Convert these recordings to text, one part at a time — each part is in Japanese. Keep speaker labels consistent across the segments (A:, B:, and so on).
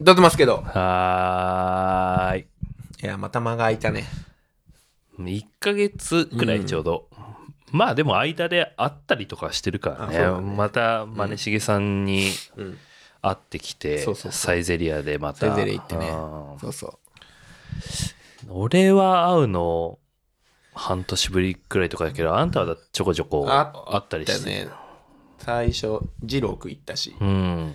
A: 歌ってますけど。
B: はーい。
A: いや、また間が空いたね。
B: 1ヶ月くらいちょうど。まあでも間で会ったりとかしてるからね。
A: あそうだね
B: また、マネしげさんに
A: うん。
B: 会ってきて、
A: そうそうそう
B: サイゼリアでま
A: サ
B: た。
A: イゼリヤ行ってね
B: うん
A: そうそ
B: 俺は会うの、半年ぶりくらいとかだけど、あんたはちょこちょこ会った
A: う。
B: り
A: だよ
B: して。
A: ね。最初、二郎食い行ったし。
B: うん。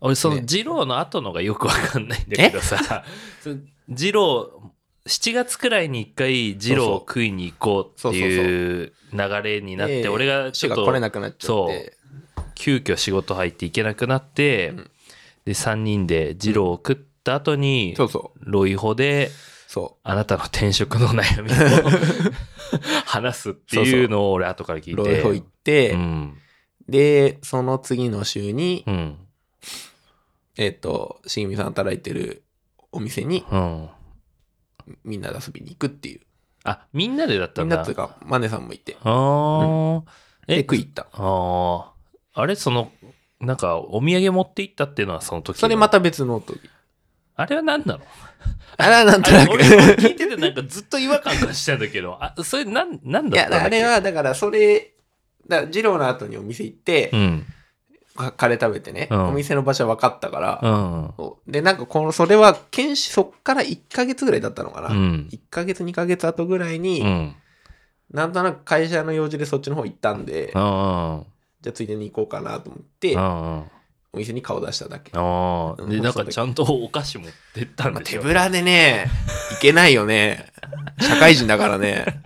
B: 俺、その、
A: ね
B: 二郎の後のがよくわかんないんだけどさ、 そう二郎、7月くらいに一回二郎を食いに行こうっていう流れになっ
A: で
B: て、俺がち
A: 人
B: ょっ
A: が来れ
B: と
A: なくなっちゃって。
B: 急遽仕事入って行けなくなって、
A: ん
B: で、3人で二郎を食った後に
A: そ、うそう。
B: ロイホで、
A: そ
B: あなたの転職の悩みを 話すっていうのを俺後から聞
A: う。
B: いて。
A: ロイホ行っ
B: う
A: て、
B: ん。
A: で、その次の週に
B: う、ん。
A: えっと、しげみさん働いてるお店に
B: うん。
A: みんなで遊びに行くっていう。
B: あ、みんなでだった
A: みん
B: ん
A: な
B: だ
A: っていう。か、マネさんもいて。
B: ああ、
A: で、
B: え、
A: 食い行った。
B: ああ、あれ、その、なんか、お土産持って行ったっていうのはその時の
A: それまた別の時。
B: あれは何なの
A: あら、なん
B: あ
A: と
B: れ
A: なく。
B: 俺俺聞いててなんかずっと違和感がしてんだけど、あ、それなん、なん
A: い
B: だ
A: や、
B: ったんだ
A: あ
B: っけ
A: れ、は、だから、それ、だから二郎の後にお店行って
B: う、ん、
A: かカレー食べてね、
B: うん
A: お店の場所は分かったから、
B: うん、
A: そうで、なんか、この、それは、研修、そっから1ヶ月ぐらいだったのかな。
B: うん、
A: 1ヶ月、2ヶ月後ぐらいに、
B: うん、
A: なんとなく会社の用事でそっちの方行ったんで、
B: あ
A: じゃあついでに行こうかなと思って、
B: あ、
A: お店に顔出しただけ。
B: ああ、
A: う
B: で、
A: ん
B: なんかちゃんとお菓子持ってったん
A: まあ
B: でし
A: 手
B: ょ。
A: ぶらでね、いけないよ ね。社会人だからね。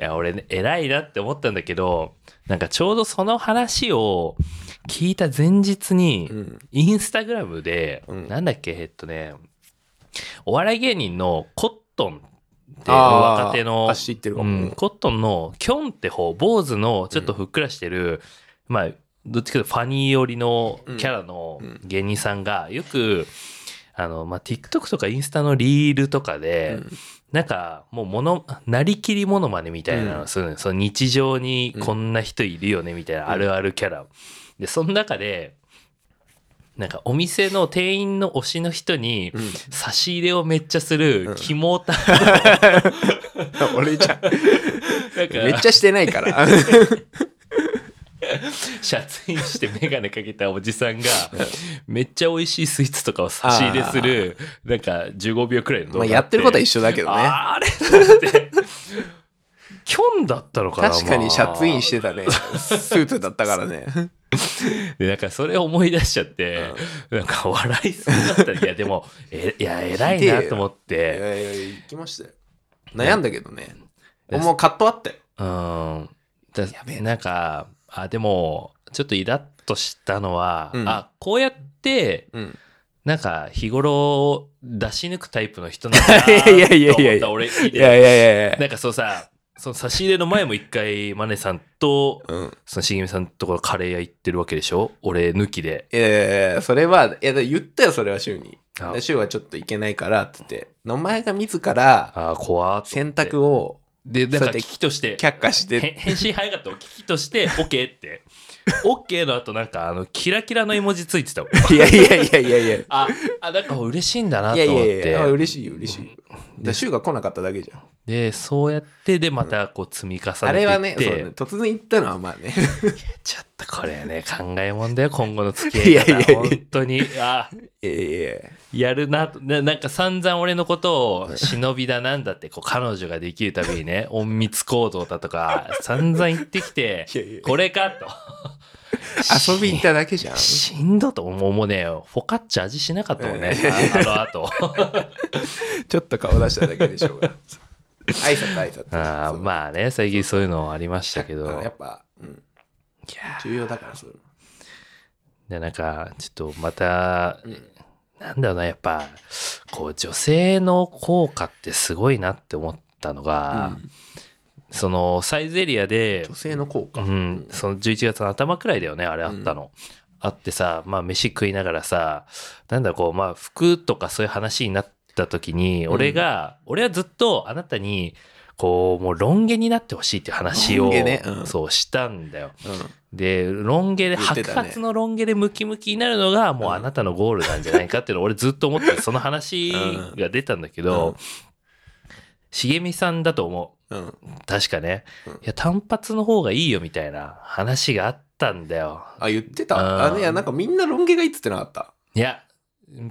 B: いや、俺ね、偉いなって思ったんだけど、なんかちょうどその話を聞いた前日に、
A: うん。
B: インスタグラムで、
A: うん
B: なんだっけ、えっとね、お笑い芸人のコットンっていう
A: あー
B: 若手の
A: あ、、知ってるか
B: う
A: も。
B: ん、コットンのキョンって方、坊主のちょっとふっくらしてる、まあ、どっちかというとファニー寄りのキャラの
A: うんうん
B: 芸人さんが、よく、あの、まあ、TikTok とかインスタのリールとかで、
A: うん
B: なんか、もうもの、なりきりものまねみたいなのをするのよその日常にこんな人いるよねみたいなあるあるキャラ。で、その中で、なんかお店の店員の推しの人に
A: うん
B: 差し入れをめっちゃするキモータ、
A: 俺じゃん。め
B: なん
A: っ
B: か
A: ちゃしてない から。
B: シャツインしてメガネかけたおじさんがめっちゃ美味しいスイーツとかを差し入れするなんか15秒くらいの動
A: まあ
B: 画
A: やってることは一
B: 緒
A: 緒だけどね。
B: あれだってキョンだったのかな
A: 確かにシャツイン
B: て
A: してたね。スーツだったからね。
B: で、なんかそれを思い出しちゃって、なんか笑いそうだ った。いや、でも、えいや、偉いなと思っ
A: い
B: て、
A: やいやいや、行きましたよ。悩んだけどね。
B: ね
A: もうカットあったよ。
B: うん。だ
A: べえな
B: なんか、あ、でも、ちょっとイラッとしたのは、
A: うん
B: あ、こうやって、
A: うん。
B: なんか、日頃、出し抜くタイプの人なんだな
A: い やいやいやいや
B: と思った俺、
A: いやいやいやい
B: な
A: や。
B: んかそうさ、その差し入れの前も一回、マネさんと、
A: うん。
B: そのしげみさんのところカレー屋行ってるわけでしょ俺抜きで。
A: いやいやいやそれは、いや、言ったよ、それは週に。
B: あ
A: で週はちょっと行けないからって言って、お前が自ら
B: あー、怖っと思
A: 選
B: って。
A: 択を
B: で、なんか
A: そうやって
B: 危機として、
A: 却下して、
B: へ返信早かったお聞きとして OK って OK の後なんかあのキラキラの絵文字ついてたもん
A: いやいやいやいやいや。い
B: ああなんか嬉しいんだ なと
A: や
B: 思っ
A: い
B: て
A: やいや、あ嬉しいよ、嬉しいよ。で、週が来なかっただけじゃん。
B: でそうやってでまたこう積み重ねていって、
A: あれはね、そうね、突然行ったのはまあ ね。
B: ちょっとこれね考えもんだよ今後の付き合い方
A: いやいやいや
B: 本当にあ
A: いやいやいや。
B: やるなとななんか散々俺のことを忍びだなんだってこう彼女ができるたびに ね隠密行動だとか散々言ってき て
A: いやいや
B: これかと
A: 遊び行っただけ じゃん。
B: しんどと思うもうねフォカッチャ味しなかったもんね、ああの後
A: ちょっと顔出しただけでしょうが。挨拶挨拶。
B: あ
A: あ、
B: ーまあね最近そういうのありましたけどい
A: や
B: や
A: っぱ、うん、
B: ー
A: 重要だからそういうの。
B: でなんかちょっとまた、なんだろうなやっぱこう女性の効果ってすごいなって思ったのが、そのサイゼリアで
A: 女性の効
B: う
A: 果。
B: ん、その11月の頭くらいだよね、あれあったの。あってさ、まあ飯食いながらさ、なんだろうこう、まあ服とかそういう話になった時に、俺が、俺はずっとあなたに、こう、もうロン毛になってほしいっていう話
A: ロ
B: を、
A: ン毛ねうん
B: そうしたんだよ。
A: う
B: で、ロン毛で、
A: 言って
B: 白
A: たね
B: 髪のロン毛でムキムキになるのが、もうあなたのゴールなんじゃないかっていうのを俺ずっと思ってて、その話が出たんだけ
A: うん
B: ど、茂美さんだと思
A: ん。うん。
B: う。確かね
A: うん。
B: いや、単発の方がいいよみたいな話があったんだよ。
A: あ、言って
B: あ
A: た。
B: ー
A: あ、いや、なんかみんなロン毛がいいっつってなかった。
B: いや、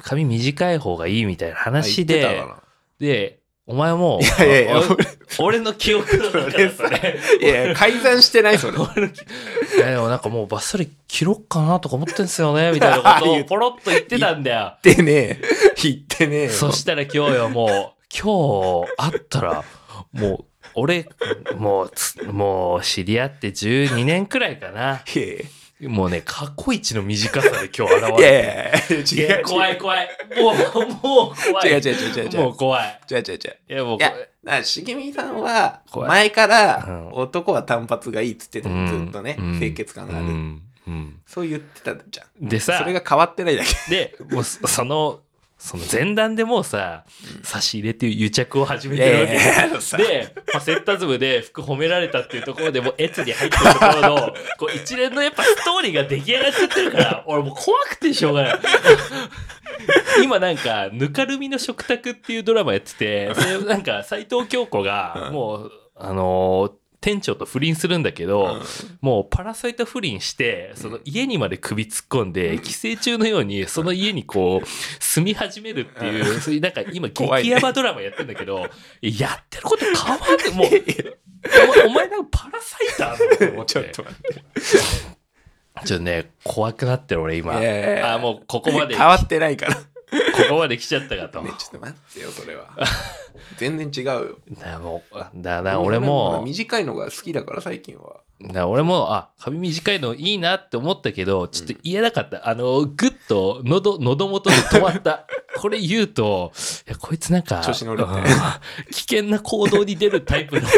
B: 髪短い方がいいみたいな
A: あ
B: 話
A: 言ってた
B: で、
A: か
B: で、お前も、
A: な。いやいやいや、
B: お俺の記憶の中だとね。
A: いやいや、改ざんしてない、それ。
B: いやでもなんかもうバッサリ切ろっかなとか思ってんすよね、みたいな ことをポロッと言ってたんだよ。
A: 言ってねえ。言ってねえよ。
B: そしたら今日よ、もう、今日会ったら、もう、俺、もうつ、もう知り合って12年くらいかな。
A: いやいや
B: もうね、過去一の短さで今日現れ
A: い
B: て。
A: やいや違う
B: いや怖い怖い。もう、もう怖い。
A: 違う違う違う違う違う
B: もう怖い。
A: 違う違う違う。
B: いや、もう
A: いや、だから茂みさんは、
B: 怖い
A: 前か
B: う
A: ら
B: ん、
A: 男は単発がいいっつってた
B: う
A: の、
B: ん
A: ずっとね
B: う、ん
A: 清潔感があ
B: う
A: る。
B: んうん
A: そう言ってたじゃん。
B: でさ
A: それが変わってないだ け。
B: でもうそそのその前段でもうさ差し入れっていう癒着を始め
A: い
B: てる
A: や
B: わ
A: い
B: け
A: やいやさ
B: で、ファセッタズムで服褒められたっていうところでもう越に入ってるところの、こう一連のやっぱストーリーが出来上がっちゃってるから、俺もう怖くてしょうがない。 今なんか、ぬかるみの食卓っていうドラマやってて、それなんか斎藤京子が、もう、あのー店長と不倫するんだけど、
A: うん
B: もうパラサイト不倫して、その家にまで首突っ込んで、寄生虫のようにその家にこう、住み始めるっていう、そういうなんか今
A: 怖い
B: 激
A: ね
B: ヤバドラマやってんだけど、やってること変わって、もう、お前お前なんかパラサイターだと思って。
A: ちょっと待って。
B: ちょっとね、怖くなってる俺今。
A: いやいやいや
B: あ、もうここまで、
A: 変
B: こ
A: わってないから。ね、
B: こまで来ちゃったかと。
A: ちょっと待ってよ、それは。 全然違うよ。
B: だもう、だな、俺も、
A: 短いのが好きだから、最近は。
B: だ俺も、あ、髪短いのいいなって思ったけど、ちょっと嫌なかった。あの、ぐっと、喉、喉元で止 まった。これ言うと、いや、こいつなんか、
A: 調子乗るって
B: うん 危険な行動に出るタイ プの、
A: 勢い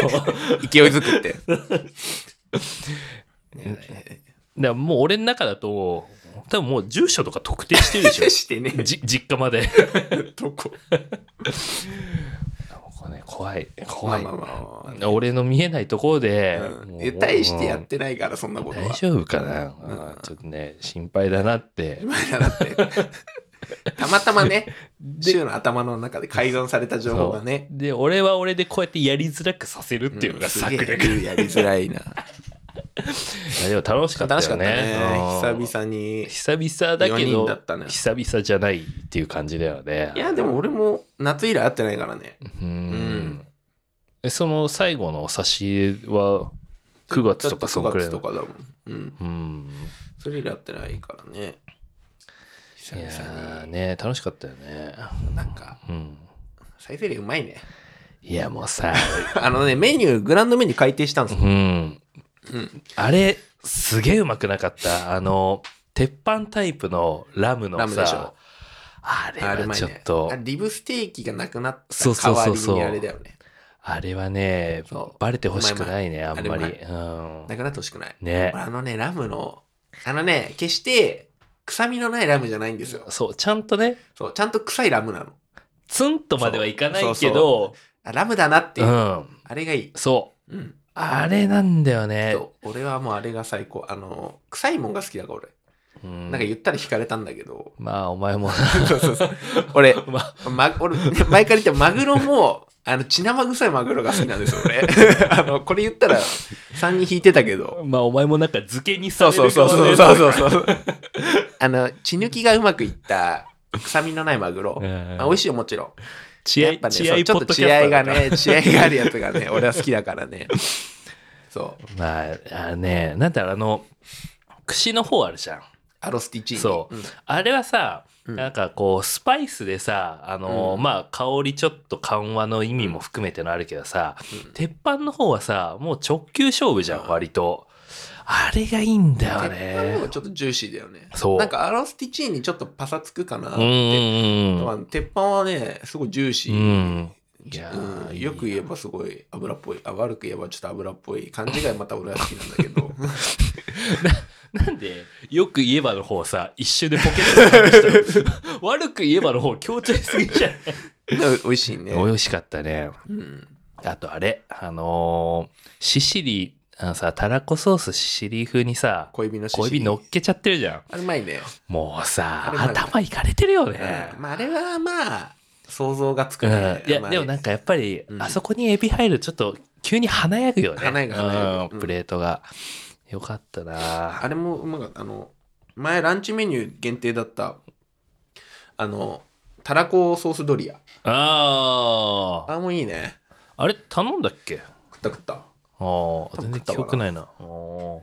A: づく って。。
B: だからもう俺の中だと、多分もう住所とか特定してるでし ょ
A: してねえ
B: じ実家 まで。
A: と こ。
B: これね怖い、
A: ま
B: 怖
A: あ
B: い。
A: まあまあま
B: 俺の見えないところで
A: あ。、
B: も
A: う
B: うん
A: いや大してやってないから、そんなこと
B: 大
A: は。
B: 丈夫かな、
A: うん
B: あーちょっとね、心配だなって。
A: だ って。たまたまね、週の頭の中で改ざんされた情報がね。
B: で、俺は俺でこうやってやりづらくさせるっていうのが
A: す
B: 策
A: げえ
B: 略。い
A: やりづらいな。
B: やでも楽しかった
A: 楽しか
B: よ
A: った
B: ね
A: ね。。
B: うん
A: 久々に。
B: 久々だけ
A: 四人
B: ど
A: だったね
B: 久々じゃないっていう感じだよね。
A: いや、でも俺も夏以来会ってないからね。
B: うん
A: ん
B: えその最後の差し入れは9月とかそ
A: 9
B: のくらい
A: 月
B: の
A: とかだもん。うん。
B: うん
A: それ以来会ってないからね。
B: い
A: 久
B: や
A: 々
B: ー
A: に。
B: ね楽しかったよね
A: なんか、
B: うん
A: サイゼリヤうまいね。
B: いやもうさ
A: あのね、メニュー、グランドメニュー改定したんですよ。
B: うん
A: うん
B: あれすげえうまくなかったあの鉄板タイプのラムの
A: ラムでしょ
B: さあれ
A: あれう
B: は
A: まい
B: ちょっ
A: ね。
B: と
A: あリブステーキがなくなっ
B: そう
A: た代
B: そう
A: わ
B: そう
A: り
B: そう
A: にあれだよね。
B: あれはね
A: そう
B: バレてほしくないねあ
A: まい
B: んまり
A: あれ
B: うん
A: なくなってほしくない。
B: ね
A: あのね、ラムの、あのね、決して臭みのないラムじゃないんですよ。
B: そうちゃんとね
A: そう、ちゃんと臭いラムなの。
B: ツンとまではいかないけ
A: そ
B: ど
A: あラムだなっていうう、
B: ん
A: あれがいい。
B: そう
A: うん。
B: あれなんだよね。
A: そう俺はもうあれが最高。あの、臭いもんが好きだから俺。
B: うん
A: なんか言ったら惹かれたんだけど。
B: まあ、お前も な。
A: そうそうそう。俺、
B: まあ、
A: ま、俺、前から言ったマグロも、あの、血生臭いマグロが好きなんです よ、俺。あの、これ言ったら、3人引いてたけど。
B: まあ、お前もなんか漬けに
A: そ
B: さ
A: う
B: れる
A: そうそう
B: よ
A: そう
B: ね
A: そうそうそう。 あの、血抜きがうまくいった、臭みのないマグロ。
B: うん
A: まあ、美味しいよ、もちろん。
B: 血
A: やっ
B: 合
A: ぱ
B: い、
A: ね、
B: 血
A: そ
B: 合
A: う
B: い
A: ちょ
B: ポ
A: っ
B: ッ
A: と
B: ドキ
A: 血
B: ャ
A: 合い
B: スタ
A: が
B: ーだから。
A: ね、血合いがあるやつがね、俺は好きだからね。そう。
B: まあ、あのね、なんだろう、あの、串の方あるじゃん。
A: アロスティチーニ。
B: そう
A: うん
B: あれはさ、
A: うん
B: なんかこう、スパイスでさ、あの、
A: うん
B: まあ、香りちょっと緩和の意味も含めてのあるけどさ、
A: うん
B: 鉄板の方はさ、もう直球勝負じゃん、割と。あれがいいんだよ
A: 鉄板の方
B: ね
A: が。ちょっとジューシーだよね。
B: そう
A: なんかアロスティチーニちょっとパサつくかなっ
B: うんう
A: て。
B: んうん。
A: まあ鉄板はね、すごいジューシ
B: う
A: ー。
B: ん。いやー
A: うん、よく言えばすごい油っぽい。あ、悪く言えばちょっと油っぽい感じがまた俺は好きなんだけ ど。
B: なんで、よく言えばの方さ、一瞬でポケッ トに入る人悪く言えばの方、強調しすぎじゃない
A: でも美味しいね。
B: 美味しかったね。
A: うん。
B: あとあれ、あのーシシリ、あのさ、たらこソースシシリ風にさ、
A: 小指のシシ
B: 小指乗っけちゃってるじゃん。
A: あれうまいね、
B: もうさ
A: あ、れまあ
B: 頭いかれてるよね
A: うん。まあ、あれはまあ想像がつく
B: うん、い
A: ね、
B: や、
A: まあ
B: でもなんかやっぱり、
A: うん
B: あそこにエビ入るとちょっと急に華やぐよね。
A: 華やぐ華やぐ
B: う、
A: うんん
B: プレートが。よかったな
A: あれもうまかったあの前ランチメニュー限定だったあのたらこソースドリア
B: あー。
A: あれもいいね
B: あれ、頼んだっけ
A: 食った食った
B: あー、全然記憶ないな。あー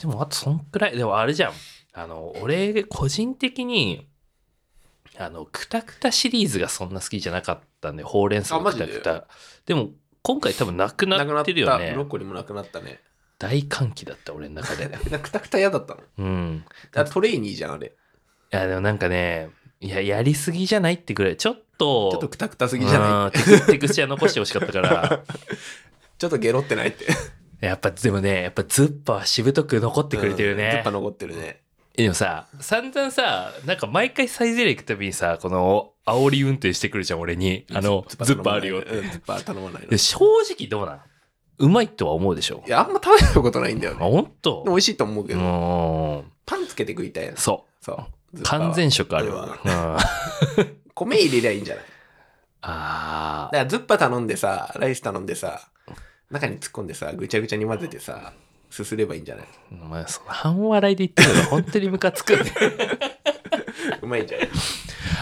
B: でも、あとそんくらい。でもあれじゃん。あの、俺、個人的に、あの、クタクタシリーズがそんな好きじゃなかったんで、ほうれん草
A: あ
B: の
A: マ
B: ク
A: ジで
B: タクタ。でも、今回多分なくな
A: なくな
B: っ
A: ってた
B: る
A: ブ
B: よね
A: ロ。ッコリーもなくなったね
B: 大歓喜だった、俺の中で。
A: えなくたくた嫌だったの
B: うん。
A: あトレイニーじゃんあれ
B: いや、でもなんかね、いや、やりすぎじゃないってくらい、ちょっと、
A: ちょっとくたくたすぎじゃない
B: うんテクテクスチャー残してほしかっ たから、
A: ちょっとゲロってないって
B: やっぱでもね、やっぱズッパはしぶとく残ってくれて
A: う
B: る
A: んず
B: ね
A: っ。と残ってるね
B: えでもさ、散々さ、なんか毎回サイゼリヤ行くたびにさ、この、煽り運転してくるじゃん、俺に。あの、ズッパあるよって。
A: うんズッパ頼まないの
B: で
A: い
B: 正直どうなんうまいとは思うでしょ。
A: やあんま食べたことないんだよ
B: あ、
A: ね
B: ほん
A: で
B: と
A: も美味しいと思うけ
B: う
A: ど、
B: ーん。
A: パンつけて食いたいやつ
B: そ
A: そう
B: う。
A: ズッパは
B: 完全食あるわ。うん。あ
A: 米入れりゃいいんじゃない
B: あ
A: だからズッパ頼んでさライス頼んでさ中に突っ込んでさぐちゃぐちゃに混ぜてさすすればいいんじゃない
B: ー。お前、その半笑いで言ってるのが本当にムカつく よね。
A: うまいんじゃない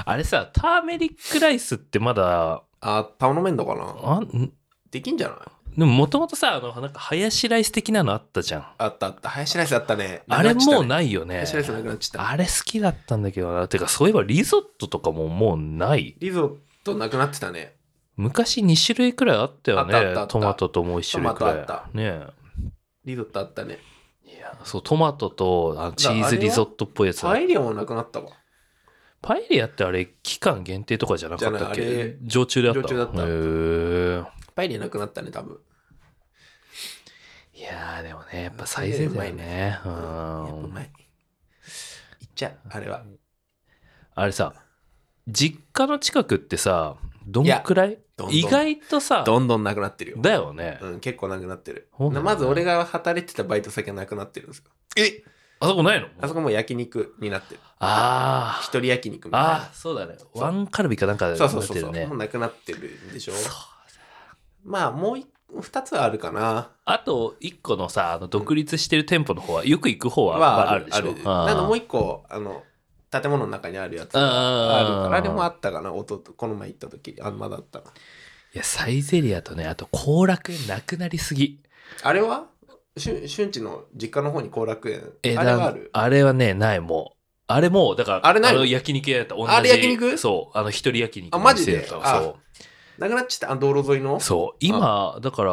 B: あれさ、ターメリックライスってまだ、
A: あ頼めんのかな
B: あん
A: できんじゃない
B: でももともとさ、あの、なんか、ハヤシライス的なのあったじゃん。
A: あったあったハヤシライスあったね
B: あれもう
A: い
B: ないよ
A: ハ
B: ね
A: ヤ。シライスなくなっちゃった
B: あれ好きだったんだけどな。てか、そういえばリゾットとかももうない。
A: リゾットなくなってたね
B: 昔2種類くらいあったよ
A: あったあったあ
B: ね
A: っ。た
B: トマトともう1種類くらい。
A: トマトあっ
B: ね
A: リゾットあったね
B: えいや、そう、トマトとあのチーズリゾットっぽいやつだ
A: パエリアもなくなったわ
B: パエリアってあれ、期間限定とかじゃなかったっ
A: じゃないあ
B: け
A: れ
B: 常駐であった。
A: 常駐だった
B: へー
A: パエリアなくなったね多分
B: いやーでもね、やっぱ最善だよね。う
A: やっぱうんまいいっちゃうあれは
B: あれさ、実家の近くってさ、どんくらい
A: どんどん
B: 意外とさ、
A: どんどんなくなってるよ
B: だよね。
A: うん結構なくなってる
B: ほんと
A: まず俺が働いてたバイト先がなくなってるんですよ
B: えあそこないの
A: あそこもう焼肉になってる
B: あ
A: 一人焼肉み
B: あ。
A: たいな
B: ああ、そうだね。ワンカルビかなんかで
A: そ
B: な
A: うそう
B: っ
A: そう
B: て
A: そ
B: る
A: う、
B: ね
A: もう。なくなってるでしょ
B: そう
A: まあもうい二つはあるかな
B: あと、一個のさ、あの独立してる店舗の方は、よく行く方は、ま
A: はあ
B: ああ
A: る
B: るで
A: あ
B: しょ
A: る。
B: あ
A: なのもう
B: ー
A: 一個あの建物の中にあるやつ
B: うんうんうんうん
A: があるからあれもあったかな弟この前行った時あまだあった
B: いや、サイゼリアとね、あと、後楽園なくなりすぎ。
A: あれはしゅ俊地の実家の方に後楽園
B: え
A: あれはある
B: だあれはね、ないもう。あれもう、だから、
A: あれないの
B: の焼肉屋だった。同じ
A: あれ焼肉
B: そう。あの、一人焼肉の
A: あマジで
B: 店だったわそう。
A: なくなっちゃったあ道路沿いの
B: そう今だから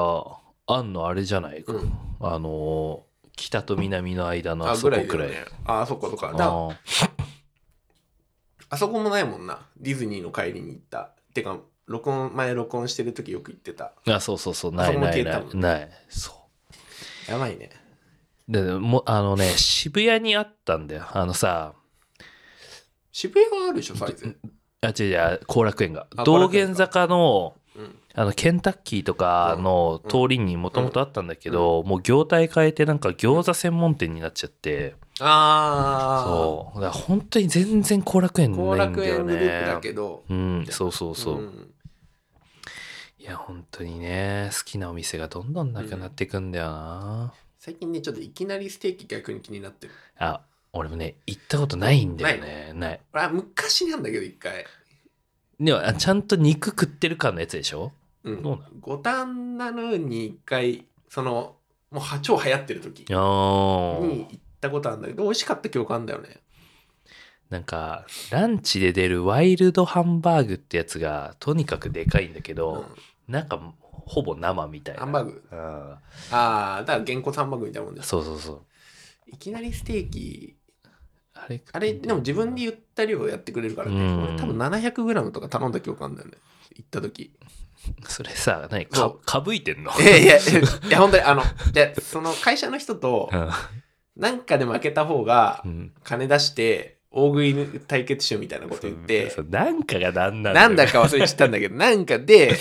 B: あんのあれじゃないか、
A: うん
B: あのー北と南の間のあ
A: あ
B: そこ
A: ぐ
B: く
A: ら
B: ら
A: い
B: い
A: だよねああそっかそっかだから
B: あー
A: あそこもないもんなディズニーの帰りに行ったてか録音前録音してる時よく行ってた
B: あそうそうそうな
A: あそ
B: い
A: こも
B: な
A: 消
B: い
A: え
B: な
A: た
B: い
A: もん
B: ないそ
A: やばいね
B: うでもあのね渋谷にあったんだよあのさ
A: 渋谷はあるでしょサイズ
B: あ違う違う後楽園が
A: あ後楽園か
B: 道玄坂の
A: うん
B: あのケンタッキーとかの通りにもともとあったんだけど、もう業態変えてなんか餃子専門店になっちゃって、
A: ああ
B: そうだから本当に全然後楽園ないん
A: 後
B: だよね
A: 楽園グループだけど、
B: うんそうそうそう、
A: ん
B: いや本当にね好きなお店がどんどんなくなっていくんだよな、
A: 最近ねちょっといきなりステーキ逆に気になってる
B: あ俺もね行ったことないんだよねない
A: あ昔なんだけど一回、
B: でもあちゃんと肉食ってる感のやつでしょ
A: うん
B: どうな
A: 五反田のに一回そのもうは超流行ってる時に
B: あー
A: 行ったことあるんだけど美味しかった記憶あるんだよね
B: なんかランチで出るワイルドハンバーグってやつがとにかくでかいんだけど、
A: う
B: なんかほぼ生みたい
A: ん
B: な
A: ハンバーグ
B: うん
A: ああだから原骨ハンバーグみたいなもんです
B: そうそうそう
A: いきなりステーキ
B: あれ
A: あれでも自分で言った量やってくれるからね、
B: うん
A: 俺多分 700g とか頼んだ記憶あるんだよね行った 時
B: それさ何
A: そ
B: か
A: う
B: かぶいてんの
A: いやいや、いや本当にあの、で、その会社の人と
B: う、ん
A: なんかで負けた方が
B: う、ん
A: 金出して、大食い対決しようみたいなこと言って
B: そうなんかがなんなんだよ
A: なんだか忘れちゃったんだけ どなんかで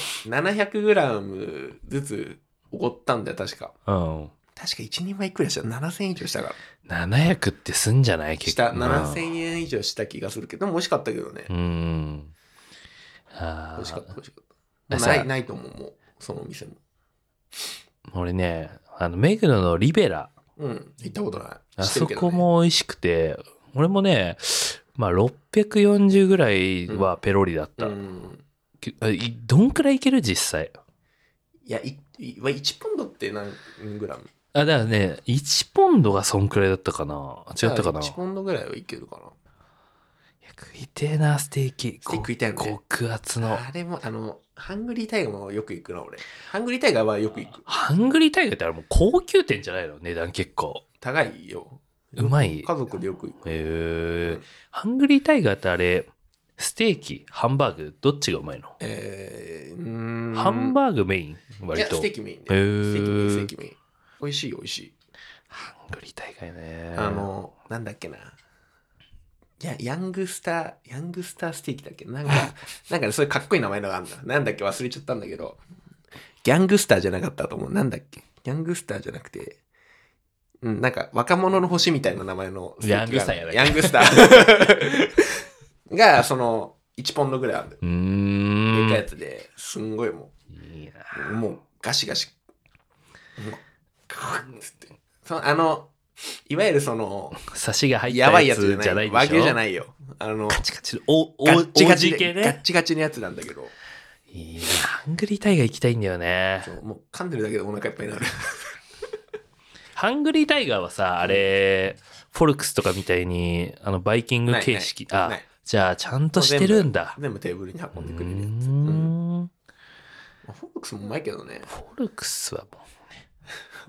A: 700g ずつおごったんだよ確か
B: うん
A: 確か1人前いくらした7000円以上したから
B: 700ってすんじゃない結
A: した
B: 構な
A: 7000円以上した気がするけどでも美味しかったけどね
B: うんあ
A: 美味しかった
B: あ
A: 美味しかったもう
B: さ
A: ないないと思うもうそのお店も
B: 俺ねあの目黒のリベラ
A: うん行ったことない
B: あ
A: 知って
B: そ
A: るけどね
B: こも美味しくて俺もねまあ640ぐらいはペロリだった、
A: うん
B: きあいどんくらいいける実際
A: いやいい1ポンドって何グラム
B: あだからね1ポンドがそんくらいだったかな違ったかな
A: 1ポンドぐらいはいけるかな
B: いや食いてえなステーキ
A: テーキ食いたいよね
B: こ極厚の
A: あれも、あの、ハングリータイガーもよく行くな、俺。ハングリータイガーはよく行く。
B: ハングリータイガーってあれもう高級店じゃないの値段結構
A: 高いよ。
B: うまいへ
A: 家族でよく行く。
B: え
A: うん
B: ハングリータイガーってあれステーキハンバーグどっちがうまいの
A: えー、うーん。
B: ハンバーグメイン
A: ーい
B: 割
A: や、
B: と
A: ス
B: ハ
A: テー
B: ン
A: キメインで。
B: へー
A: ステーキメイン、ステーキメイン。美味しいよ、美味しい。
B: グリータイガーね
A: あの、なんだっけな。いや、ヤングスター、ヤングスターステーキだっけ なんか、なんかね、そういうかっこいい名前のがあるんだ。なんだっけ忘れちゃったんだけど。ギャングスターじゃなかったと思う。なんだっけギャングスターじゃなくて、うん、なんか若者の星みたいな名前のステーキがあるヤ
B: ヤ
A: ングスター。 が、その、1ポンドぐらいあるんだよ。
B: う
A: で
B: ーん
A: かいやつで、すんごいも
B: いいな
A: う、もうガシガシ。もうガーッつって。そのあの、いわゆるその、
B: サシが入った
A: やばいやつじ
B: じ
A: ゃな
B: ゃない
A: い。
B: でしょ
A: 和牛じゃないよ。あの、
B: ガチガチのおお
A: ガッチガチ
B: 王
A: で、
B: 子系
A: ガッ
B: ね
A: チガチのやつなんだけど、
B: いやハングリータイガー行きたいんだよね
A: そうもう噛んでるだけでお腹いっぱい になる。
B: ハングリータイガーはさあれフォルクスとかみたいにあのバイキング形式
A: ないないな
B: あ
A: い
B: じゃあちゃんとしてるんだ
A: 全部テーブルに運んでくれるや
B: う
A: つ。
B: ー
A: うん
B: ん
A: フォルクスもうまいけどね。
B: フォルクスはもうね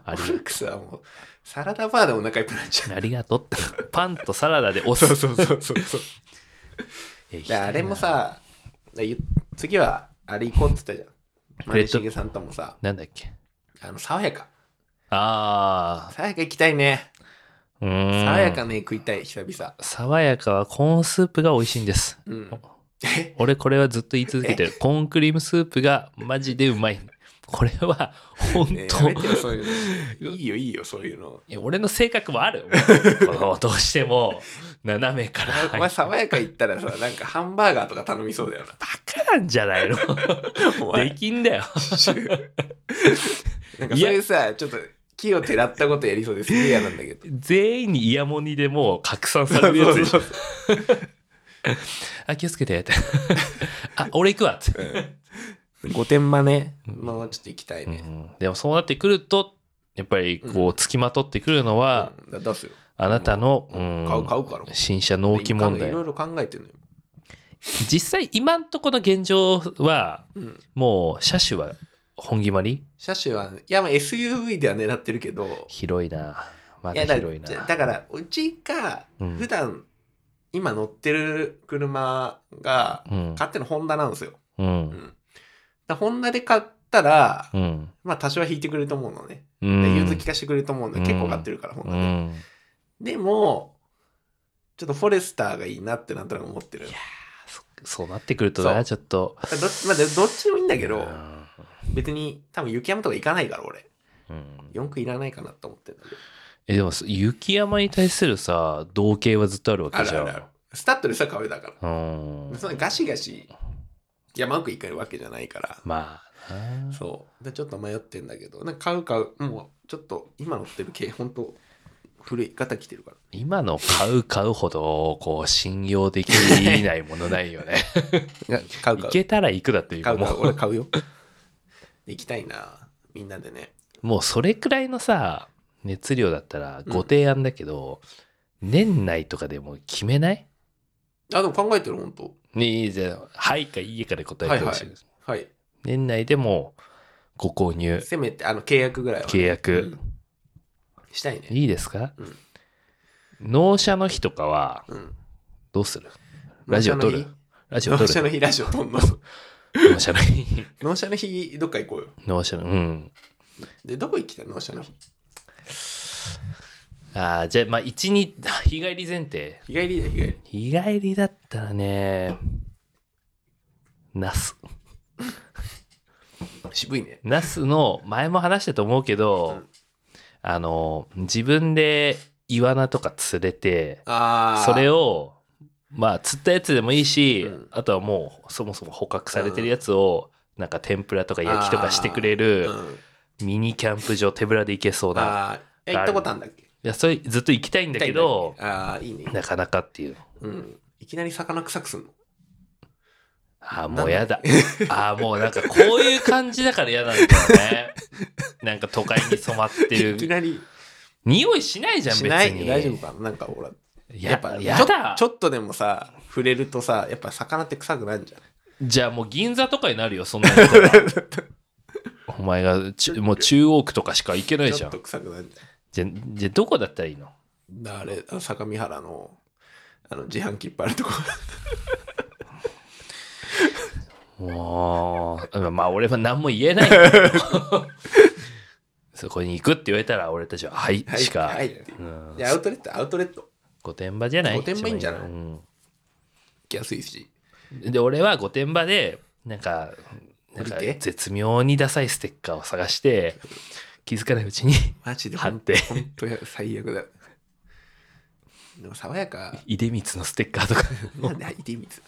B: あ
A: フ ォル
B: り
A: クスはもう、サラダバーでお腹いっぱいになっちゃう。
B: ありがとうってパンとサラダでおす
A: そうそうそうそうそう。
B: いや行き
A: で
B: たいな
A: あれもさ、だゆ次はあれ行こうって言ったじゃん。マ
B: レッド
A: ネシゲさんともさ、
B: なんだっけ
A: あの、爽やか。
B: ああ
A: 爽やか行きたいね。
B: うーん
A: 爽やかね、食いたい、久々。
B: 爽やかはコーンスープが美味しいんです
A: うん。
B: 俺これはずっと言い続けてるコーンクリームスープがマジでうまいこれは本
A: ねや
B: 当、
A: めてよそういうの。いいよ、いいよ、そういうの。
B: いや俺の性格も あるこのどうしても斜めから
A: お
B: 入
A: 前
B: っ
A: 爽やか行ったらさ、なんかハンバーガーとか頼みそうだ よな。
B: たんじゃないの
A: お
B: で
A: 前。
B: きんだよ
A: なんかそういうさ、ちょっと木をてらったことやりそうですげえ嫌なんだけど。
B: 全員にイヤモニでもう拡散されるやつでし
A: そ
B: ょ
A: うそうそう
B: あ気をつけて ってあ俺行くわって、
A: 御殿場ね。まあちょっと行きたいうね。
B: んでもそうなってくるとやっぱりこうつきまとってくるのは、
A: うんだ出すよ。
B: あなたの、うん
A: 買う、買うから。
B: 新車納期問題
A: いろいろ考えてるのよ。
B: 実際今んとこの現状は
A: うん。
B: もう車種は本決まり
A: 車種は、いや、まあ SUV では狙ってるけど、
B: 広いなま
A: いや
B: だ
A: だ
B: 広いな
A: だから、うちが
B: うん
A: 普段今乗ってる車が、
B: うん
A: 買ってるのホンダなんですよ。
B: う
A: うんん。だホンダで買ったら、
B: うん
A: まあ多少は引いてくれると思うのね。
B: う
A: で
B: ん
A: 融通聞かしてくれると思うんで、
B: うん
A: 結構買ってるから、ホン
B: う
A: ダで。
B: ん
A: でも、ちょっとフォレスターがいいなってなんとなく思ってる。
B: そうなってくるとなちょっと
A: どまあ、でどっちでもいいんだけ
B: う
A: ど、
B: ん
A: 別に多分雪山とか行かないから俺。
B: うん
A: 四駆いらないかなと思ってるんだけど。
B: えでもそ雪山に対するさ同型はずっとあるわ
A: あ
B: けじ
A: る
B: ゃ
A: あるある
B: ん。
A: スタッドレスは壁だから。
B: うん
A: そんなガシガシ山奥行けるわけじゃないから。
B: まあな
A: そう。で、ちょっと迷ってんだけど、なんか買う買う、もうちょっと今乗ってる系、ほんと古い方来てるから。
B: 今の買う買うほどこう信用できないものないよね
A: 買う
B: 行
A: 買う。
B: けたら行くだっていう
A: 買う
B: も
A: 買う。
B: う
A: 俺買うよ。 行きたいな。みんなでね。
B: もうそれくらいのさ熱量だったら
A: うん
B: ご提案だけど、年内とかでも決めない
A: あ、でも考えてる、ほんと。
B: ねいいじゃんはいかいいかで答えてほしいです、
A: はい。
B: 年内でもご購入
A: せめて、あの、契約ぐらいはね、
B: 契約
A: うんしたいね。
B: いいですか、
A: うん
B: 納車の日とかは
A: うん。
B: どうするラジオ撮るラジオ撮
A: 納車の
B: る
A: 日、ラジオ撮んの。
B: 納車の日
A: 納車の 日、どっか行こうよ。
B: 納車のうん
A: で、どこ行きたい納車の日。
B: あーじゃあまあ一日 日帰り前提
A: 日帰りだよ日帰り
B: 日帰りだったらねナス
A: 渋いね
B: ナスの前も話したと思うけど、
A: うん
B: あの自分でイワナとか釣れて
A: ああ
B: それ
A: を
B: をまあ釣ったやつでもいいし、
A: うん
B: あとはもうそもそも捕獲されてるやつを、なんか天ぷらとか焼きとかしてくれ
A: う
B: る
A: ん
B: ミニキャンプ場手ぶらで行けそうな
A: あーえ行ったことあるんだっけ
B: いやそれずっと行きたいんだけど
A: ああいいね
B: なかなかっていう
A: うんいきなり魚臭くすんの
B: ああもうやだああもうなんかこういう感じだから嫌なんだよねなんか都会に染まって
A: いき
B: る
A: なり
B: 匂いしないじゃん
A: し
B: 別に
A: ない大丈夫かななんかほらや
B: やや
A: っぱ
B: や
A: ちょ
B: だ
A: ちょっとでもさ触れるとさやっぱ魚って臭くなるんじゃない
B: じゃあもう銀座とかになるよそんなのからお前がちもう中央区とかしか行けない
A: ち
B: じ
A: ょ
B: ゃ
A: っ
B: ん
A: と臭くなるんじゃ
B: じゃじゃあどこだったらいいの
A: ないあれあの相模原のあの自販機いっぱいある とこ
B: もう まあ俺は何も言えない そこに行くって言われたら俺たちは「はい」
A: はい
B: しか、
A: はいって
B: うん
A: でアウトレットアウトレット
B: 御殿場じゃない
A: 御殿場いいんじゃない
B: 一番の
A: 行きやすいし
B: うんで俺は御殿場でなんかなんか
A: 降りて
B: 絶妙にダサいステッカーを探して気づかないうちに
A: マジで
B: 貼っ
A: 本
B: て
A: 当や最悪だでも爽や か
B: 出光のステッカーとか、
A: なんで入っていいみたいな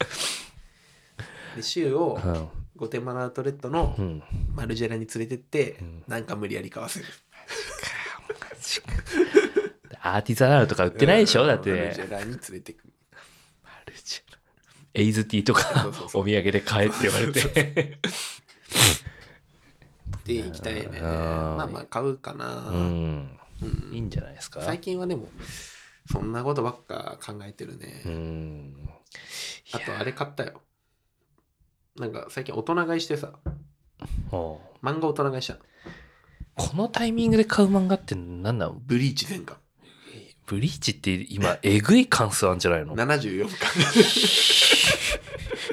A: で柊を
B: うん
A: 御殿場のアウトレットの
B: うん、
A: マルジェラに連れてって、
B: ん
A: なんか無理やり買わせる
B: アーティザナルとか売ってないでしょだっ
A: マルジ
B: て
A: ェラに連れてく
B: エイズティーとか
A: そうそうそう
B: お土産で買えって言われて
A: で行きたいね
B: ん
A: まあまあ買うかな、
B: うんいいんじゃないですか
A: 最近はでもそんなことばっか考えてるね、
B: うん
A: あとあれ買ったよなんか最近大人買いしてさ
B: もう
A: 漫画大人買いした
B: このタイミングで買う漫画って何なの
A: ブリーチ全巻
B: ブリーチって今えぐい関数あんじゃないの
A: 74巻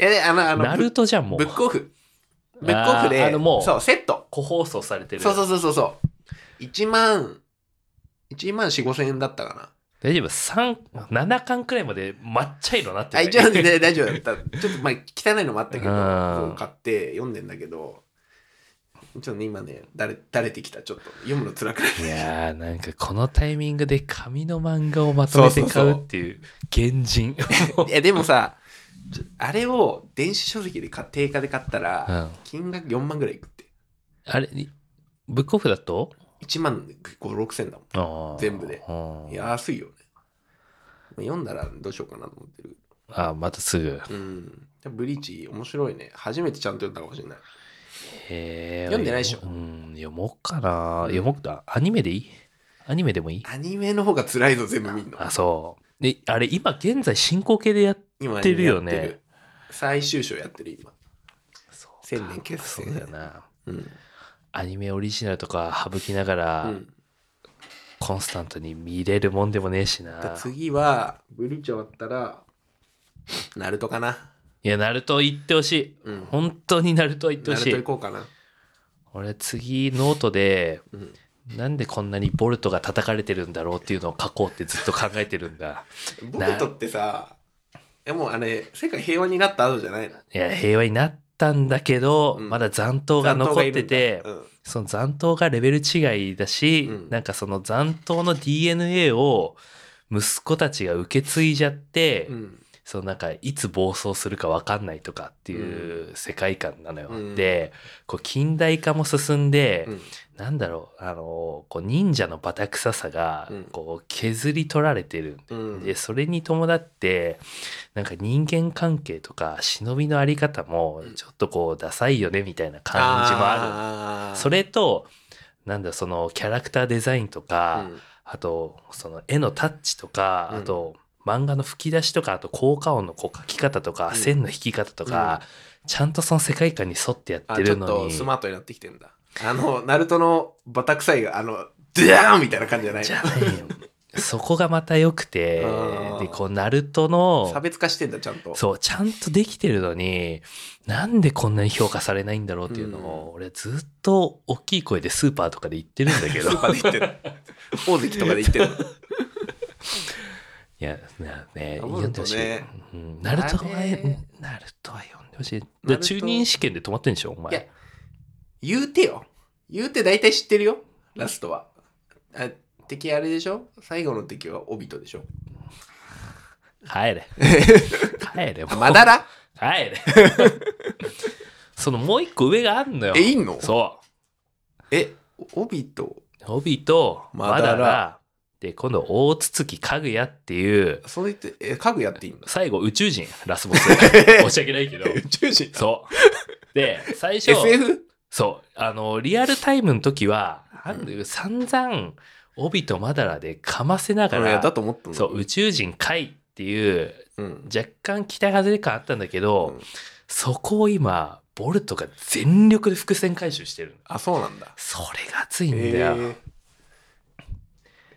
A: えであのあの
B: ナルトじゃんもう
A: ブックオフ。ブックオフで、
B: あーあのもう
A: そう、セット。
B: 個包装されてる
A: そうそうそうそうそう。1万、1万4、5千円だったかな。
B: 大丈夫三7巻くらいまで抹茶色になって
A: あ、
B: る、
A: 一応ね大丈夫だった。ちょっとまあ汚いのもあったけど、
B: うん
A: こう買って読んでんだけど、ちょっとね、今ね、だれ、だれてきた。ちょっと読むの辛くない。
B: いやーなんかこのタイミングで紙の漫画をまとめて買うっていう原人
A: いや、でもさ、ちょあれを電子書籍で買定価で買った
B: う
A: ら、
B: ん
A: 金額4万ぐらいいくって。
B: あれブックオフだと
A: 1万5、6千だもん。
B: あー
A: 全部で
B: あー
A: いや安いよね。読んだらどうしようかなと思ってる。
B: あーまたすぐ
A: うん。ブリーチ面白いね。初めてちゃんと読んだかもしれない。
B: へー
A: 読んでないでしょ
B: うん読もうかな読もうかアニメでいいアニメでもいい
A: アニメの方が辛いぞ、全部見んの。
B: あそうであれ今現在進行形でやっ
A: 今や
B: ってるよね
A: ってる最終章やってる、今。
B: そう
A: 千年決戦
B: そうだよな
A: うん。
B: アニメオリジナルとか省きながら、
A: うん、
B: コンスタントに見れるもんでもねえし
A: だから
B: な。
A: 次は、ブリーチ終わったら、ナルトかな。
B: いや、ナルト行ってほしい。
A: うん
B: 本当にナルト行って
A: ナ
B: ほ
A: ルト行
B: しい。
A: こうかな。
B: 俺、次、ノートで、
A: うん。
B: なんでこんなにボルトが叩かれてるんだろうっていうのを書こうってずっと考えてるんだ。
A: ボルトってさ、えもうあれ、世界平和になった後じゃないの
B: いや、平和になったんだけど、
A: うん
B: まだ残党が残ってて、
A: 残党がいるんだ
B: その残党がレベル違いだし、
A: うん
B: なんかその残党の DNA を息子たちが受け継いじゃって、
A: うん。うん
B: そのなんかいつ暴走するか分かんないとかっていう世界観なのよ。
A: うん
B: でこう近代化も進んで、
A: うん
B: なんだろうあのこう忍者のバタ臭さが
A: うん
B: こう削り取られてる、
A: うん
B: でそれに伴ってなんか人間関係とか忍びのあり方もちょっとこうダサいよねみたいな感じもあ
A: あー
B: る。それとなんだそのキャラクターデザインとか、
A: うん
B: あとその絵のタッチとか、
A: うん
B: あと漫画の吹き出しとかあと効果音のこう書き方とか、
A: うん
B: 線の引き方とか、ちゃんとその世界観に沿ってやって
A: あちょ
B: る
A: っ
B: の
A: と
B: に
A: スマートになってきてんだあのナルトのバタ臭いがあのドゥヤーンみたいな感じじゃない
B: じゃないよそこがまた良くて
A: あー
B: でこうナルトの
A: 差別化してんだちゃんと
B: そうちゃんとできてるのになんでこんなに評価されないんだろうっていうのを、俺ずっと大きい声でスーパーとかで言ってるんだ けど
A: スーパーで言ってる 大関とかで言ってる
B: いや、なね、
A: 思うとね
B: 読んでほしい。うんナルトは、
A: あれ
B: うんナルトは読んでほしい。
A: ナ
B: で
A: ルト
B: 中任試験で止まってんでしょ、お
A: いや
B: 前。
A: 言うてよ言うて大体知ってるよラストはあ敵あれでしょ最後の敵はオビトでしょ
B: 帰 れ。帰れ、もう
A: まだら
B: 帰れ。そのもう一個上があんのよ。
A: えいんの
B: そ
A: えオビト
B: う。帯と、
A: ま
B: ま
A: だら
B: だら、で、今度、大筒木かぐやっていう、
A: それってえ家具やって いいんだ
B: 最後、宇宙人、ラスボス。申し訳な いけど。
A: 宇宙人
B: そう。で、最初、
A: SF?
B: そう。あの、リアルタイムの時は、なんで散々、帯とマダラでかませなが
A: あのいや
B: ら、
A: だと思ったの
B: そう、宇宙人かいっていう、
A: うん、
B: 若干期待外れ感あったんだけど、
A: うん
B: そこを今、ボルトが全力で伏線回収してる。
A: あそうなんだ
B: それが熱いんだ
A: え
B: よ。
A: ー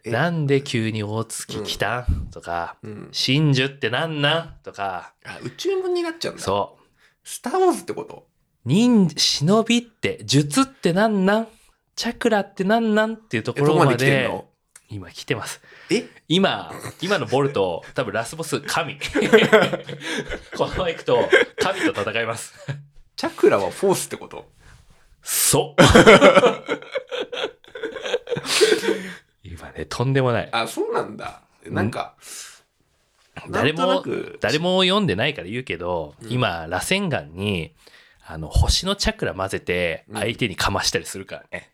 A: え
B: なんで急に大月来た、ん、とか、
A: うん、
B: 真珠ってなんなんとか、
A: あ宇宙物になっちゃうんだ
B: そう。
A: スター・ウォーズってこと
B: 忍、忍びって、術ってなんなんチャクラってなんなんっていうと
A: え
B: こ
A: ど
B: ろ
A: こま
B: ま
A: で来てん
B: で、
A: の
B: 今来てます。
A: え
B: 今、今のボルト、多分ラスボス、 神。このままいくと、神と戦います。
A: チャクラはフォースってこと
B: そう。今ね、とんでもない。
A: あそうなんだなんか
B: 誰
A: なん
B: も
A: となく、
B: 誰も読んでないから言うけど、
A: うん
B: 今、螺旋岩に、あの、星のチャクラ混ぜて、
A: うん
B: 相手にかましたりするからね。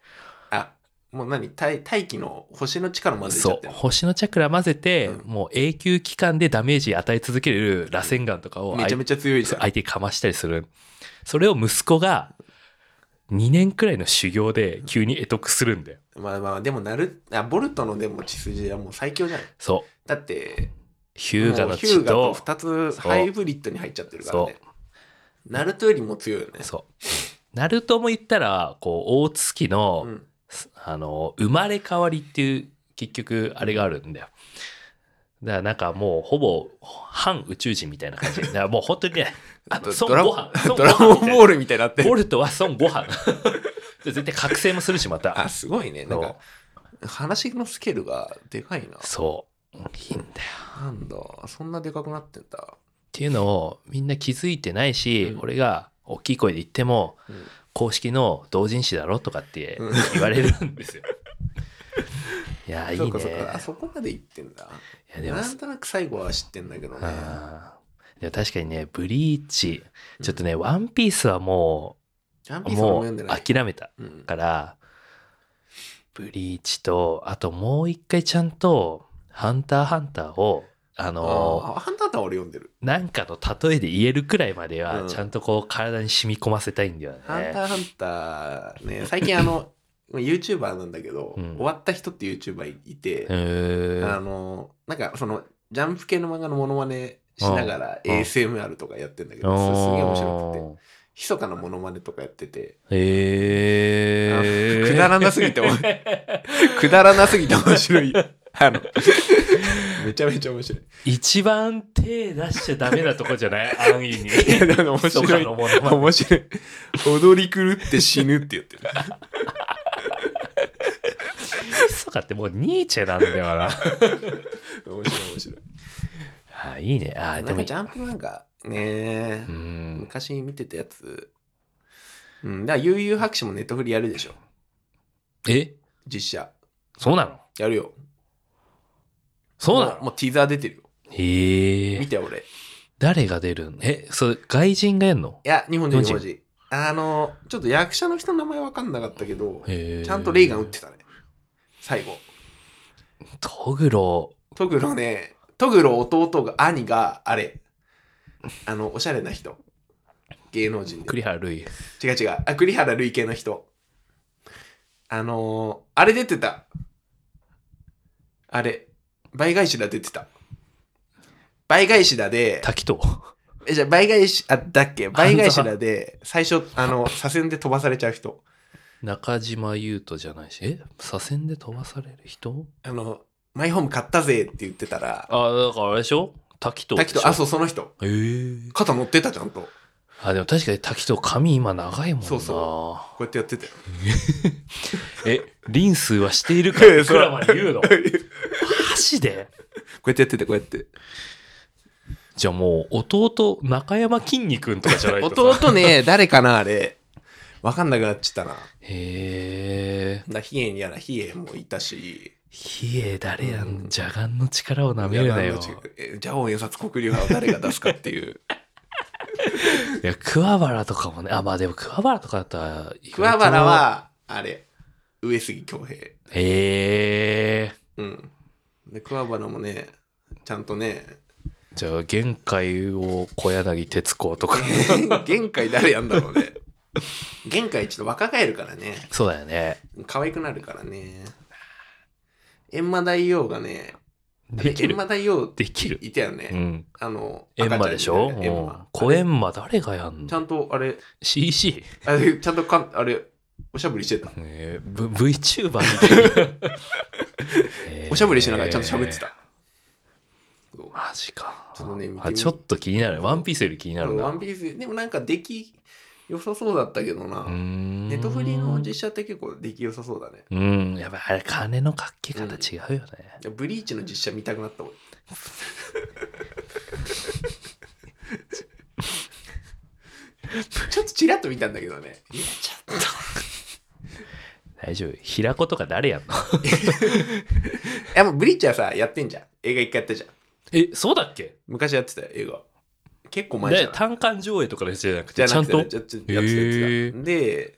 A: あもう何大大気の星の力までいっちゃ
B: そ
A: って
B: う。
A: んの
B: 星のチャクラ混ぜて、
A: うん
B: もう永久期間でダメージ与え続ける螺旋岩とかを
A: めちゃめちゃ強いじゃん
B: 相手にかましたりするそれを息子が2年くらいの修行で急に得得するんだよ
A: まあまあでもなるあボルトのでも血筋はもう最強じゃん
B: そう
A: だって
B: ヒューガ
A: もう
B: の
A: ヒュー
B: 血
A: ガと
B: と
A: 2つ
B: そう
A: ハイブリッドに入っちゃってるからねナルトよりも強いよね
B: そうナルトも言ったらこう大月の,、
A: うん
B: あの生まれ変わりっていう結局あれがあるんだよだからなんかもうほぼ反宇宙人みたいな感じだからもう本当にねあと孫
A: ドラ
B: 悟飯孫
A: ドラゴ
B: 悟飯み
A: ン
B: たいな
A: ボールみたいになってる
B: ボルトは孫悟飯 で絶対覚醒もするしまた
A: あすごいねなんか話のスケールがでかいな
B: そういいんだよ
A: なんだそんなでかくなってんだ
B: っていうのをみんな気づいてないし、
A: うん
B: 俺が大きい声で言っても、
A: うん
B: 公式の同人誌だろとかって
A: うん
B: 言われる んですよ。いやいい
A: そ
B: ね。
A: うかそうかあそこまで行ってんだ
B: いやでも
A: なんとなく最後は知ってんだけどね
B: あーでも確かにねブリーチちょっとね、ワンピースはも
A: ワン
B: う
A: ピースも
B: も
A: 読ん
B: う
A: でない
B: 諦めた
A: うん
B: からブリーチとあともう一回ちゃんと「ハンターハンターを」あ
A: あ
B: の
A: ーハンターハンターは俺読んでる
B: なんかの例えで言えるくらいまで
A: う
B: は
A: ん
B: ちゃんとこう体に染み込ませたいんだよね。
A: ハンターハンターね、最近あ の、YouTuber なんだけど、
B: うん
A: 終わった人って YouTuber いて、
B: へ
A: あ
B: ー
A: の、なんかその、ジャンプ系の漫画のモノマネしながら
B: うん
A: ASMR とかやってんだけど、それすげえ面白くて、密かなモノマネとかやってて、
B: へー
A: くだらなすぎて 面白い。くだらなすぎて面白い。あの、めちゃめちゃ面白い。
B: 一番手出しちゃダメなとこじゃな い安易に。
A: いやでも面白い
B: 密かなものまで
A: 面白い。踊り狂って死ぬって言ってる。
B: 密かってもうニーチェなんだ よな。
A: 面白い面白い。
B: あいいね。
A: な
B: あで
A: ん
B: も
A: かジャンプ漫画ね、
B: うん。
A: 昔見てたやつ。うん、だから悠々白書もネットフリやるでしょ。
B: え
A: 実写。
B: そうなの
A: やるよ。
B: そうな
A: も
B: の
A: もうティザー出てるよ。
B: へ
A: 見
B: え。
A: て俺。い
B: 誰が出るんえ、それ外人がやんの
A: や、日本人
B: 日
A: 日
B: 本
A: 本人。あの、ちょっと役者の人の名前わかんなかったけど、
B: へー
A: ちゃんとレイガン打ってたね。最後。
B: トグロ。
A: トグロね、トグロ弟が、兄が、あれ。あの、おしゃれな人。芸能人で。
B: 栗原類。
A: 違う違う。あ、栗原類系の人。あのー、あれ出てた。あれ。倍返しだ出てた。倍返しだで、
B: 滝藤。
A: えじゃあ倍返し、あ、だっけ倍返しだで、最初、あの、左遷で飛ばされちゃう人。
B: 中島優斗じゃないし、え左遷で飛ばされる人
A: あの、マイホーム買ったぜって言ってたら、
B: あだからあれでしょ滝と。
A: 滝と、あ、そう、その人。
B: う。へえ。
A: 肩乗ってた、ちゃんと。こ
B: あ、でも確かに滝と髪今長いもんな。
A: そううやってやってたよ。
B: え、リンスはしてい るから、いくらまで言うの
A: こ
B: マ
A: う
B: ジで
A: やってやってた、こうや って。
B: じゃあもう、弟、中山きんに君とかじゃないとさ。
A: 弟ね、誰かな、あれ。わかんなくなっちゃったな。
B: へえ。
A: な、ヒエやら、ヒエもいたし。
B: ひえ、誰やん
A: う、ん
B: じゃがんの力をなめるなよ。
A: えじゃあ、音札黒竜派を誰が出すかって いう。
B: いや、桑原とかもね、あ、まあでも桑原とかだったら、
A: 桑原、は、 あれ、上杉恭平。
B: へえ。
A: うん。で、桑原もね、ちゃんとね、
B: じゃあ、限界を小柳徹子と か。
A: 玄界誰やんだろうね。玄界ちょっと若返るからね。
B: そうだよね。
A: 可愛くなるからね。閻魔大王がね、
B: でき
A: 閻
B: る。
A: 魔大王
B: できる。
A: いたよ
B: う
A: ね。
B: ん。
A: あの、
B: エンマでし
A: 赤
B: ょ
A: ちゃんにね閻魔
B: 小エンマ誰がやん
A: ちゃ
B: の
A: んと、あれ、
B: ?CC?
A: あれ、ちゃんとかん、あれ、おしゃぶりしてた。
B: えー、v- VTuber みたいな
A: 。おしゃぶりしながらちゃんと喋って
B: え
A: た。そう
B: ー。マジか。
A: ちょっとね見てみ
B: あちょっと気になる。ワンピースより気になるな。
A: ワン
B: う
A: ピース、でもなんか出来良さそうだったけどな。
B: ーん。
A: ネットフリの実写って結構出来良さそうだね。
B: うん。やっぱあれ、金のかけ方違うよね。
A: ブリーチの実写見たくなったもん。ちょっとチラッと見たんだけどね。いやちょっ
B: 大丈夫。平子とか誰やんの
A: と。いやもうブリーチはさ、やってんじゃん。映画一回やったじゃん。
B: え、そうだっけ
A: 昔やってたよ、映画。結構前じゃ
B: で
A: ない
B: 単館上映とかのやつじゃなく
A: じ
B: て、
A: ゃ
B: ちゃ
A: なんくてね、
B: と。
A: ちょっとやってたやってた。
B: へ
A: で、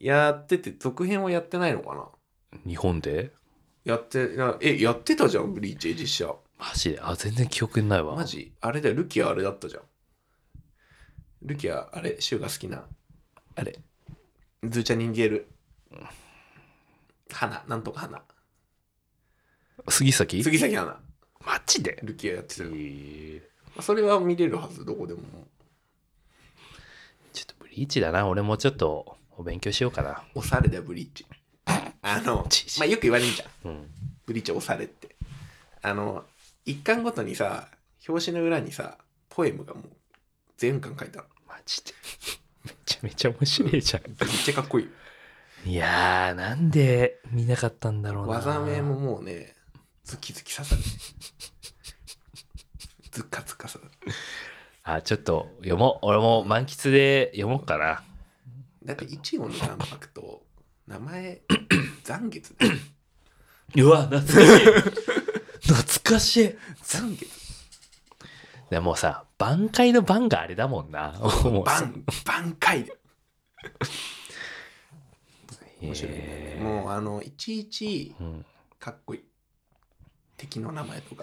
A: やってて、続編はやってないのかな
B: 日本で
A: やってな、え、やってたじゃん、ブリーチ実写。
B: マジであ、全然記憶にないわ。
A: マジあれだよ、ルキアあれだったじゃん。ルキア、あれ、シュウが好きな、あれ、ズーちゃんに逃げる。花、なんとか花。
B: 杉崎
A: 杉崎花。
B: マジで
A: ルキアやってたよ。
B: ち
A: それは見れるはず、どこでも。
B: ょっとブリーチだな。俺もちょっとお勉強しようかな。
A: おされだよ、ブリーチ。あの
B: ち、ち
A: まあ、よく言われるじゃん。
B: うん。
A: ブリーチおされって。あの、一巻ごとにさ、表紙の裏にさ、ポエムがもう、全巻書いたの。
B: マジで。 めちゃめちゃ面白いじゃ
A: めっちゃかっこいい。
B: ん。いやー、なんで見なかったんだろうな。
A: 技名も。もうねズキズキ刺さる ズカズカ刺さる
B: あ、ちょっと読もう。俺も満喫で読もうかな。
A: だって一号の卵白と名 前残月だよ
B: うわ、懐かしい。懐かしい。
A: 残月
B: でもうさ、挽回の挽があれだもんな。もう
A: バンバン回だよ面白いね
B: えー
A: もうあのいちいち
B: うん
A: かっこいい敵の名前とか、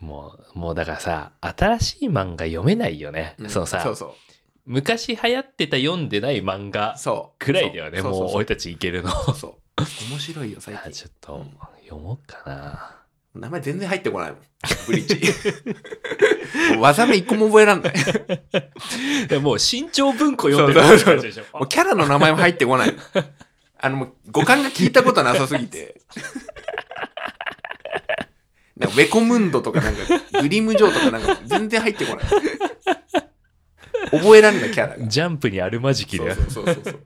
B: もう、もうだからさ、新しい漫画読めないよね。
A: うん
B: そのさ
A: そうそう
B: 昔流行ってた読んでない漫画
A: そう
B: くらいだよね。
A: そ
B: もう
A: そ
B: 俺たちいけるの。
A: そうそう面白いよ最
B: あち
A: 近
B: ょっと読もうかな。
A: 名前全然入ってこないもんブリーチ技名一 個も覚えらんない
B: でもう新潮文庫読んでる
A: そうそうそう
B: 感じでしょ
A: もうキャラの名前も入ってこない。あの、もう五感が聞いたことなさすぎて。なんかウェコムンドとかなんか、グリムジョーとかなんか全然入ってこない。覚えられないキャラが。
B: ジャンプにあるまじき
A: そ
B: で。
A: う
B: は
A: そうそうそうそう。っ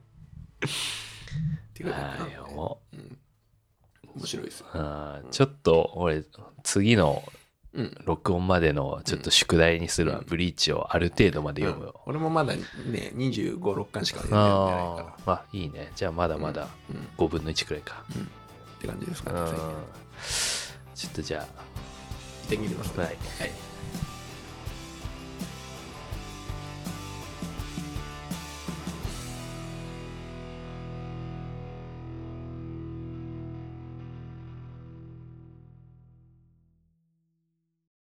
A: ていうことか
B: い、読も
A: な、うん面白いですよ。
B: う。あーちょっと俺、次の
A: うん。
B: 録音までのちょっと宿題にするわ。ブリーチをある程度まで読むよ。
A: 俺もまだね、25、6巻しか読んでない
B: あ
A: か
B: ーあ、いいね。じゃあまだまだ
A: ら。うん。っ
B: 5分の1くらいか。
A: て感じですか
B: う
A: ね。
B: ん。ちょっとじゃあ、
A: 最近行ってきますね
B: はい。
A: はい